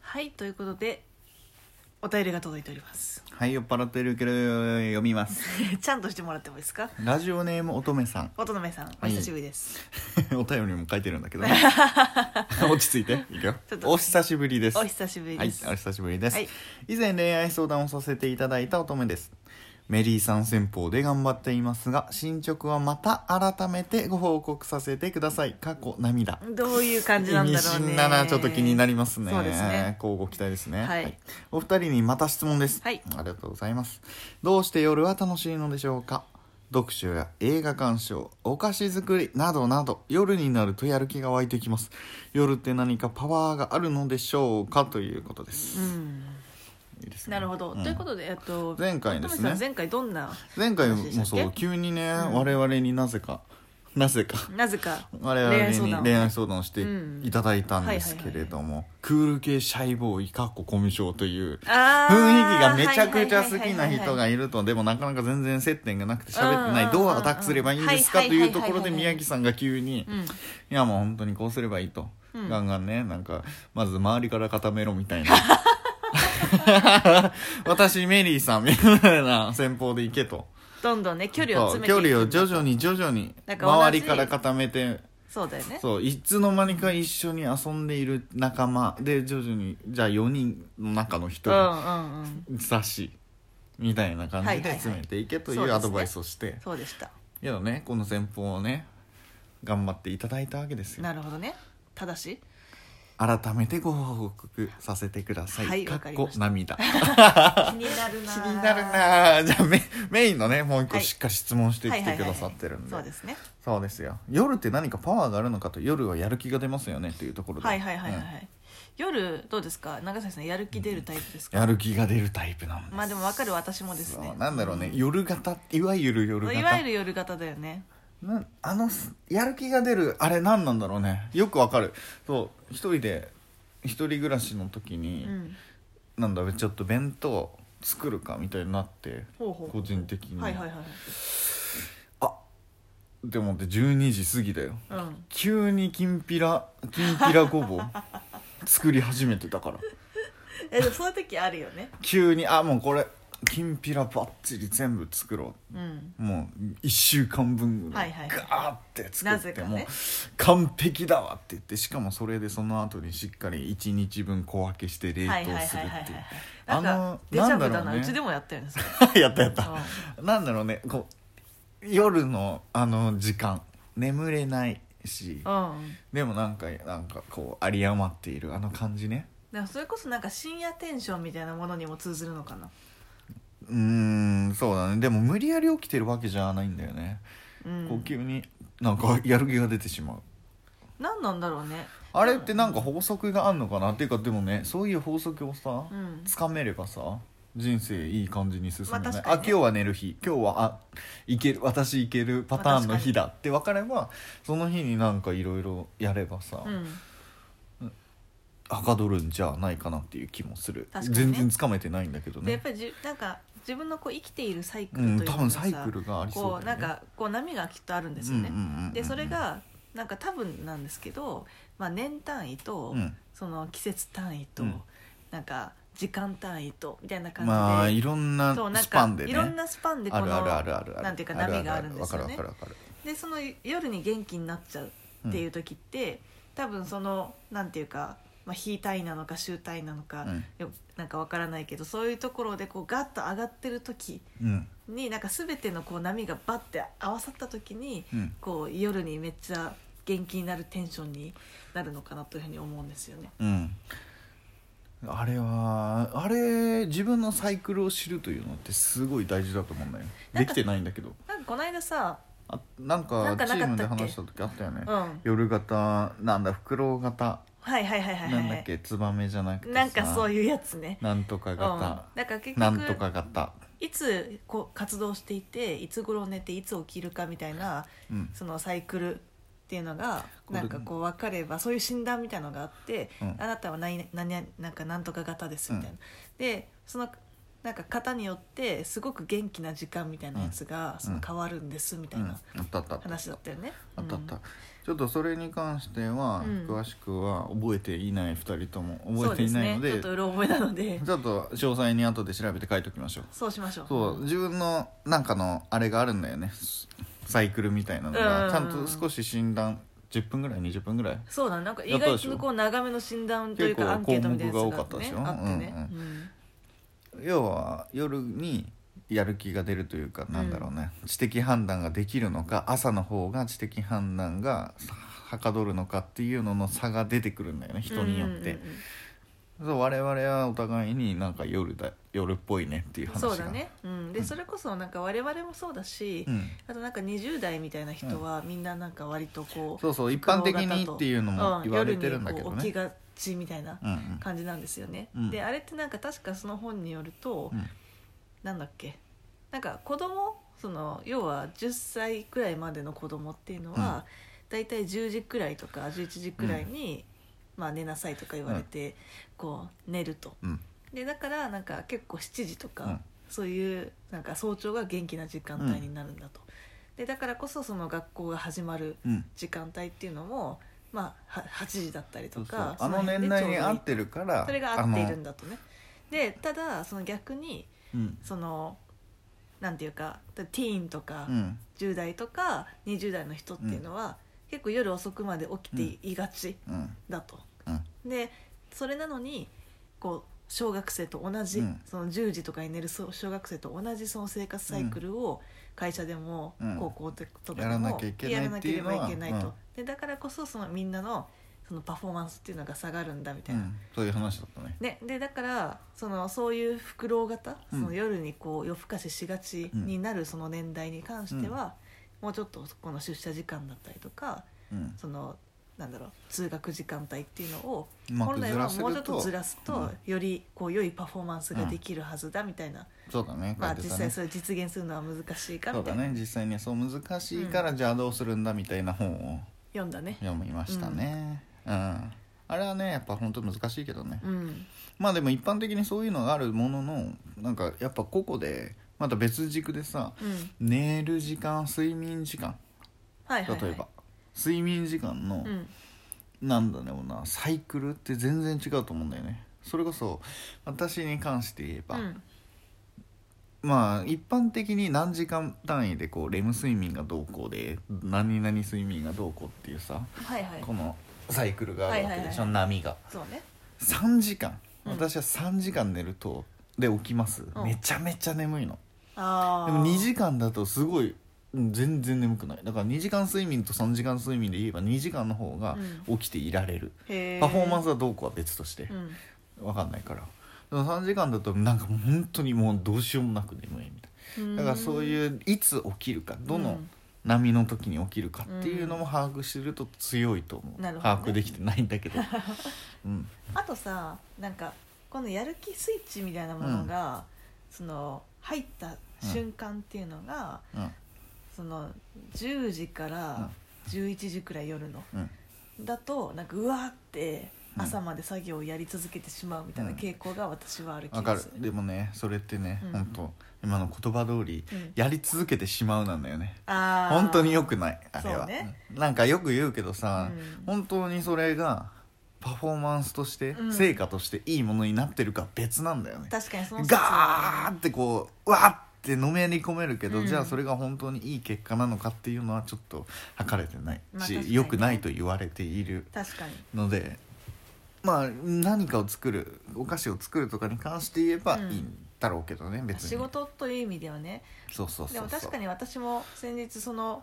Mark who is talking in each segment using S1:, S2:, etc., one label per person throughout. S1: はいということでお便りが届いております
S2: はい酔っ払ってるけど読みます
S1: ちゃんとしてもらってもいいですか
S2: ラジオネーム乙女さん
S1: 乙女さんお久しぶりです、
S2: お便りも書いてるんだけ どね落ち着いていくよ
S1: ちょっと
S2: お久しぶりです
S1: お久しぶり
S2: はい、
S1: で
S2: お
S1: す、
S2: 久しぶりです、
S1: はい
S2: 以前恋愛相談をさせていただいた乙女ですメリーさん戦法で頑張っていますが進捗はまた改めてご報告させてください過去涙
S1: どういう感じなんだろう
S2: 意味
S1: ね
S2: 深だなちょっと気になりますね
S1: そうですね
S2: 交互期待ですね、
S1: はい
S2: お二人にまた質問です、
S1: はい
S2: ありがとうございますどうして夜は楽しいのでしょうか読書や映画鑑賞お菓子作りなどなど夜になるとやる気が湧いてきます夜って何かパワーがあるのでしょうかということです、
S1: うん
S2: いいですね
S1: なるほど、
S2: ん
S1: ということでえっと
S2: 前回ですね
S1: 乙女さん前回どんな
S2: 前回
S1: 話でした
S2: も
S1: っけ
S2: そう急にね、
S1: ん
S2: 我々になぜかなぜか
S1: なぜか
S2: 我々
S1: 恋愛相
S2: に
S1: 談
S2: 恋愛相談をして
S1: うん
S2: いただいたんですけれどもクール系シャイボーイかっこコミュ障という
S1: あー
S2: 雰囲気がめちゃくちゃ好きな
S1: はいはいはいは
S2: 人
S1: いはい
S2: がいるとでもなかなか全然接点がなくて喋ってな
S1: うん
S2: いどうアタックすればいいんですか
S1: はい
S2: と
S1: はいはい
S2: い
S1: はいう
S2: ところで宮城さんが急に
S1: うん
S2: 「いやもう本当にこうすればいい」と
S1: うん
S2: ガンガンねなんかまず周りから固めろみたいな。 私メリーさんみたいな戦法で行けと
S1: どんどんね距離を
S2: そう
S1: 詰めてい
S2: 距
S1: く
S2: 離を徐々に徐々に
S1: なんか同じ
S2: 周りから固めて
S1: そうだよ ね
S2: そういつの間にか一緒に遊んでいる仲間で徐々にじゃあ4人の中の
S1: うんう
S2: 1
S1: んうん
S2: 人差しみたいな感
S1: はい
S2: じ
S1: はいは
S2: で
S1: い
S2: 詰めていけとい
S1: そうで
S2: う
S1: すね
S2: アドバイスをして、
S1: そうでした
S2: けどねこの戦法をね頑張っていただいたわけですよ
S1: なるほどねただ し
S2: 改めてご報告させてください、
S1: はい
S2: か
S1: わか
S2: っ
S1: り
S2: こ
S1: ました
S2: 涙気
S1: 気になるな
S2: になるな あじゃあメメインのねもう一個
S1: はい
S2: しっかり質問して
S1: はい
S2: き
S1: は
S2: て
S1: い
S2: く
S1: はいは
S2: だ
S1: い
S2: さってるんで、
S1: そうですね
S2: そうですよ夜って何かパワーがあるのかと夜はやる気が出ますよねっていうところで
S1: はいはいはいはい、
S2: うん
S1: 夜どうですか長崎さんやる気出るタイプですか、
S2: やる気が出るタイプなんです
S1: まあでも分かる私もですね
S2: そうなんだろうね、夜型いわゆる夜型
S1: いわゆる夜型だよね
S2: なあのすやる気が出るあれ何なんだろうねよくわかるそう一人で一人暮らしの時
S1: う
S2: に、
S1: ん
S2: なんだちょっと弁当作るかみたいになって
S1: ほうほう
S2: 個人的に、
S1: はいはいはい
S2: あでもって12時過ぎだよ
S1: うん
S2: 急にきんぴらきんぴらごぼう作り始めてたから
S1: えでもそういう時あるよね
S2: 急にあもうこれきんぴらばっちり全部作ろう
S1: うん
S2: もう1週間分ぐらい
S1: はいはい
S2: ガーって作
S1: な
S2: っ
S1: ぜ
S2: て
S1: か
S2: もう
S1: ね
S2: 完璧だわって言ってしかもそれでその後にしっかり1日分小分けして冷
S1: はいはい
S2: 凍
S1: はい
S2: する
S1: はい
S2: っ
S1: は
S2: ていう
S1: いなん
S2: あ
S1: か
S2: の
S1: デジャブだ
S2: なんだろ
S1: な
S2: うね
S1: うちでもやったよねそれ
S2: やったやったなんだろうねこう夜のあの時間眠れないし
S1: うんうん
S2: でもなんかなんかこう有り余っているあの感じね
S1: だからそれこそなんか深夜テンションみたいなものにも通ずるのかな
S2: うーんそうだねでも無理やり起きてるわけじゃないんだよね、
S1: うん
S2: こう急になんかやる気が出てしまう
S1: 何なんだろうね
S2: あれってなんか法則があんのかなっていうかでもねそういう法則をさ
S1: うん
S2: つかめればさ人生いい感じに進むよね,、
S1: まあ
S2: あ、
S1: 確かにね
S2: 今日は寝る日今日はあいける私いけるパターンの日だって分かればその日になんかいろいろやればさ、
S1: うん
S2: はかどるんじゃないかなっていう気もする、
S1: 確かにね
S2: 全然つかめてないんだけど
S1: でやっ
S2: ね
S1: ぱりじなんか自分のこう生きているサイク
S2: う
S1: ル
S2: ん
S1: という
S2: 多
S1: か
S2: 分
S1: さ
S2: サイクルがありそうだよ
S1: こ
S2: ね
S1: うなんかこう波がきっとあるんですよね、
S2: うんうんうんうん
S1: でそれがなんか多分なんですけど、まあ、年単位と、
S2: うん
S1: その季節単位と、
S2: うん
S1: なんか時間単位とみたいな感じで、
S2: まあいろんな
S1: そうなん
S2: スパ
S1: か、
S2: ンでね
S1: いろんなスパンでこ
S2: あ
S1: の
S2: るあるあるあるある
S1: なんていうか波があるんですよね
S2: わかるわかるわか
S1: でその夜に元気になっちゃうっていう時って、多分そのなんていうか、まあ、非単位なのか週単位なのか、
S2: うん
S1: よなんかわからないけどそういうところでこうガッと上がってる時
S2: るうん
S1: になんか全てのこう波がバッて合わさった時に、
S2: うん
S1: こう夜にめっちゃ元気になるテンションになるのかなというふうに思うんですよね。
S2: うんあれはあれ自分のサイクルを知るというのってすごい大事だと思うんだよ
S1: なん
S2: で
S1: か
S2: きてないんだけど
S1: なんかこの間さ、
S2: あなん
S1: な
S2: か
S1: んかなかったっ
S2: チ
S1: け
S2: ームで話した時あったよね、
S1: うん
S2: 夜型なんだフクロウ型
S1: はいはいはいはいはい
S2: なんだっけツバメじゃなくてさ
S1: なんかそういうやつね。
S2: なんとか
S1: うん、
S2: 型、
S1: なんか結
S2: なんとか
S1: 局
S2: 型
S1: いつこう活動していていつ頃寝ていつ起きるかみたいな
S2: うん
S1: そのサイクルっていうのが
S2: これ
S1: なんかこう分かればそういう診断みたいのがあって、
S2: うん
S1: あなたは何何なんかなんとか型ですみたいな、でそのなんか方によってすごく元気な時間みたいなやつがその変わるんですみたい
S2: うん、
S1: な
S2: あったあったあった
S1: 話だったよね。
S2: あったあった、
S1: うん
S2: ちょっとそれに関しては、
S1: うん
S2: 詳しくは覚えていない2人とも覚えていないので
S1: そうすね、ちょっとうろ覚えなので
S2: ちょっと詳細に後で調べて書いておきましょう
S1: そうしましょう
S2: そう自分のなんかのあれがあるんだよねサイクルみたいなの
S1: う
S2: が
S1: ん
S2: ちゃんと少し診断10分ぐらい20分ぐらい
S1: そうだねなんか
S2: や
S1: 意
S2: ったで
S1: 外
S2: しょ
S1: とこう長めの診断というかアンケートみたいなやつがあってね
S2: 結構項目
S1: あ
S2: が多かっ
S1: ったて
S2: でしょ
S1: ね、
S2: うん
S1: うん
S2: 要は夜にやる気が出るというかなんだろうね、知的判断ができるのか朝の方が知的判断がはかどるのかっていうのの差が出てくるんだよね人によって、
S1: うんうんうん
S2: そう我々はお互いになんか夜だ夜っぽいねっていう話が
S1: そうだね、うん、でそれこそなんか我々もそうだし、
S2: うん、
S1: あとなんか20代みたいな人はみんななんか割とこう、
S2: そうそう一般的にっていうのも言われてるんだけど
S1: 夜にこう起き
S2: ね
S1: がちみたいな
S2: うんうん
S1: 感じなんですよね、
S2: うん
S1: であれってなんか確かその本によると、
S2: うん
S1: なんだっけなんか子供その要は10歳くらいまでの子供っていうのは、だいたい10時くらいとか11時くらいに、まあ、寝なさいとか言われて、こう寝ると
S2: うん
S1: でだからなんか結構7時とか、
S2: うん
S1: そういうなんか早朝が元気な時間帯になるんだと、でだからこそその学校が始まる
S2: うん
S1: 時間帯っていうのも、まあ、は8時だったりと
S2: そうそう
S1: か
S2: あの
S1: そ辺で
S2: 年代に
S1: ちょうど
S2: 合
S1: いい
S2: ってるから
S1: それが合っているん
S2: だ、
S1: だとねでただその逆に
S2: うん
S1: そのなんていうかティーンとか
S2: うん、
S1: 10代とか20代の人っていうのは、結構夜遅くまで起きていがち
S2: うん
S1: だと、
S2: うん
S1: でそれなのにこう小学生と同じ、
S2: うん
S1: その10時とかに寝るそう小学生と同じその生活サイクルを会社でも、
S2: うん
S1: 高校とか
S2: や
S1: で
S2: らな
S1: も
S2: きゃいけない
S1: やらなければいけないと、
S2: っていうのは
S1: でだからこそそのみんなのそのパフォーマンスっていうのが下がるんだみた
S2: う
S1: いな、
S2: ん、そういう話だったね
S1: ね、でだからそのそういうフクロウ型、
S2: うん
S1: その夜にこう夜更かししがちになるその年代に関しては、もうちょっとこの出社時間だったりとか
S2: うん
S1: そのなんだろう通学時間帯っていうのを
S2: うま
S1: 本
S2: く
S1: 来
S2: ずら
S1: は
S2: せ
S1: もうちょ
S2: る
S1: っと
S2: と
S1: ずらすと、
S2: うん
S1: よりこう良いパフォーマンスができるはずだみたいな、
S2: そうだね
S1: まあ
S2: 書
S1: 実
S2: いてた
S1: 際
S2: ね
S1: それ実現するのは難しいか
S2: そ
S1: み
S2: う
S1: た
S2: だ
S1: いな、
S2: ね実際にそう難しいから、じゃあどうするんだみたいな本を
S1: 読んだね。
S2: 読みましたねうん、あれはねやっぱ本当難しいけどね、
S1: うん、
S2: まあでも一般的にそういうのがあるもののなんかやっぱ個々でまた別軸でさ
S1: うん、
S2: 寝る時間睡眠時間
S1: はい
S2: 例え
S1: は
S2: ば、
S1: い、はい、
S2: 睡眠時間の、
S1: うん、
S2: なんだろうなサイクルって全然違うと思うんだよねそれこそ私に関して言えば、
S1: うん、
S2: まあ一般的に何時間単位でこうレム睡眠がどうこうで何々睡眠がどうこうっていうさ
S1: はいはい
S2: このサイクルがあるわけでしょ、
S1: は
S2: 波が
S1: そうね
S2: 3時間
S1: うん
S2: 私は3時間寝るとで起きます、
S1: うん
S2: めちゃめちゃ眠いの
S1: あ
S2: で
S1: あ
S2: も2時間だとすごいうん全然眠くないだから2時間睡眠と3時間睡眠で言えば2時間の方が起きていられる、パフォーマンスはどうこうは別として
S1: う、ん
S2: わかんないからでも3時間だとなんかもう本当にもうどうしようもなく眠いみたいなだからそういういつ起きるかどの波の時に起きるかっていうのも把握してると強いと思う、
S1: なるほどね
S2: 把握できてないんだ けど、うん、
S1: あとさなんかこのやる気スイッチみたいなものが、その入った瞬間っていうのが、
S2: うん
S1: その10時から11時くらい夜の、
S2: うん
S1: だとなんかうわーって
S2: うん
S1: 朝まで作業をやり続けてしまうみたいな傾向が私はある気
S2: わか
S1: が
S2: る
S1: する、
S2: でもねそれってね、
S1: うん
S2: 本当今の言葉通り、
S1: うん
S2: やり続けてしまうなんだよね
S1: あー
S2: 本当に良くないあれ
S1: そ
S2: は、
S1: うね
S2: うんなんかよく言うけどさ、
S1: うん
S2: 本当にそれがパフォーマンスとして、
S1: うん
S2: 成果としていいものになってるか別なんだよね
S1: 確かにその説はあ
S2: ガーってこうわーってのめり込めるけど、
S1: うん
S2: じゃあそれが本当にいい結果なのかっていうのはちょっと測れてない
S1: まあ
S2: し、
S1: 確かにね
S2: 良くないと言われている
S1: る確かに
S2: のでまあ何かを作るお菓子を作るとかに関して言えばい
S1: うん
S2: いんだろうけどね、別に
S1: 仕事という意味ではね
S2: そうそうそうそう
S1: でも確かに私も先日その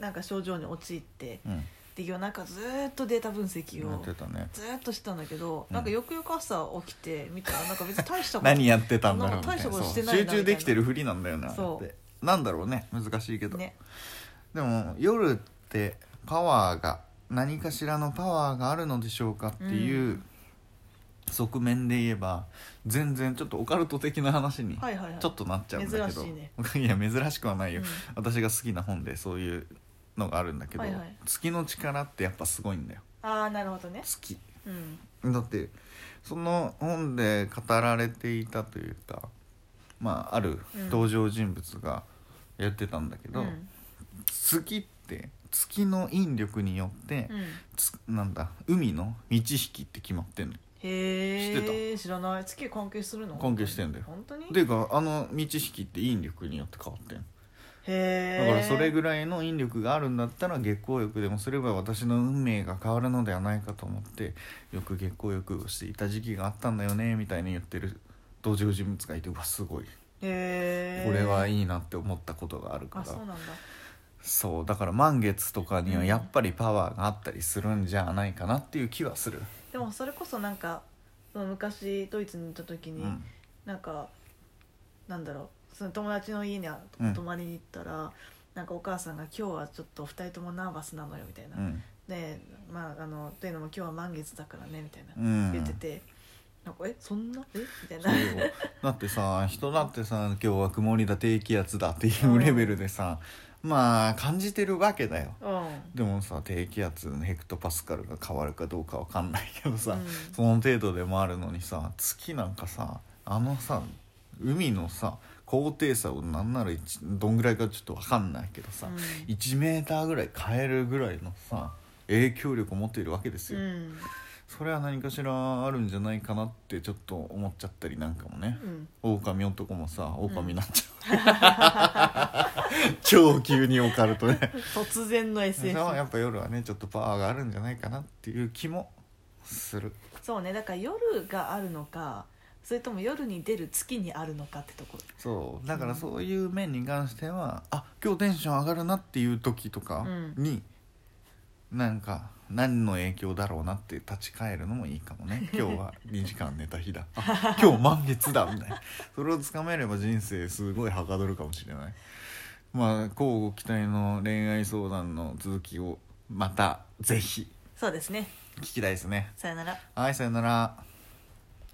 S1: なんか症状に陥って
S2: うん
S1: で夜中ずーっとデータ分析
S2: やっ
S1: を
S2: てたね
S1: ずーっとしてたんだけど、
S2: うん
S1: なんかよくよく朝起きてみたらなんか別に大したこと
S2: 何やってたんだろうみた
S1: 大
S2: いな
S1: したことしてない
S2: そう
S1: な
S2: 集
S1: みたいな
S2: 中できてるふりなんだよね
S1: そう
S2: あれってなんだろうね難しいけど、
S1: ね
S2: でも夜ってパワーが何かしらのパワーがあるのでしょうかっていう、
S1: うん
S2: 側面で言えば全然ちょっとオカルト的な話に
S1: はいはいはい
S2: ちょっとなっちゃうんだけど、
S1: 珍しいね
S2: いや珍しくはないよ、
S1: うん
S2: 私が好きな本でそういうのがあるんだけど、
S1: はいはい
S2: 月の力ってやっぱすごいんだよ
S1: ああなるほどね
S2: 月
S1: うん
S2: だってその本で語られていたというかまあ、ある
S1: うん
S2: 登場人物がやってたんだけど、
S1: うん
S2: 月って月の引力によって、
S1: うん、
S2: つなんだ海の満ち引きって決まってんの
S1: へ
S2: 知って
S1: え知らない月関係するの
S2: 関係してんだよ
S1: 本当に
S2: ていうかあの満ち引きって引力によって変わってんの
S1: へ
S2: だ
S1: え
S2: からそれぐらいの引力があるんだったら月光浴でもすれば私の運命が変わるのではないかと思ってよく月光浴をしていた時期があったんだよねみたいに言ってる登場人物がいてうわすごい
S1: へえ
S2: これはい
S1: い
S2: いなって思ったことがあるか
S1: あ
S2: ら
S1: そうなんだ
S2: そうだから満月とかにはやっぱりパワーがあったりするんじゃないかなっていう気はする、
S1: でもそれこそなんかその昔ドイツに行った時
S2: う
S1: に、
S2: ん
S1: なんかなんだろうその友達の家に
S2: うん
S1: 泊まりに行ったら、なんかお母さんが「今日はちょっと2人ともナーバスなのよ」みたいな「
S2: うん
S1: でまああのというのも今日は満月だからね」みたいな、
S2: うん
S1: 言ってて「なんかえそんなえみたい
S2: そ
S1: な
S2: うよだってさ人だってさ今日は曇りだ低気圧だっていうレベルでさまあ感じてるわけだよ、
S1: うん
S2: でもさ低気圧のヘクトパスカルが変わるかどうかわかんないけどさ、
S1: うん
S2: その程度でもあるのにさ月なんかさあのさ海のさ高低差をなんなら一どんぐらいかちょっとわかんないけどさ、
S1: うん
S2: 1メーターぐらい変えるぐらいのさ影響力を持っているわけですよ、
S1: うん
S2: それは何かしらあるんじゃないかなってちょっと思っちゃったりなんかもね、
S1: うん
S2: 狼男もさ狼になっちゃう、 超急にオカルトね
S1: 突然の
S2: それ
S1: SF
S2: はやっぱ夜はねちょっとパワーがあるんじゃないかなっていう気もする
S1: そうねだから夜があるのかそれとも夜に出る月にあるのかってとこ
S2: そうだからそういう面に関しては、あ今日テンション上がるなっていう時とかに、なんか何の影響だろうなって立ち返るのもいいかも ね今日は2時間寝た日だあ今日満月だみたいな それをつかめれば人生すごいはかどるかもしれないまあ乞うご期待の恋愛相談の続きをまたぜひ
S1: そうですね
S2: 聞きたいですね
S1: さよなら
S2: はいさよなら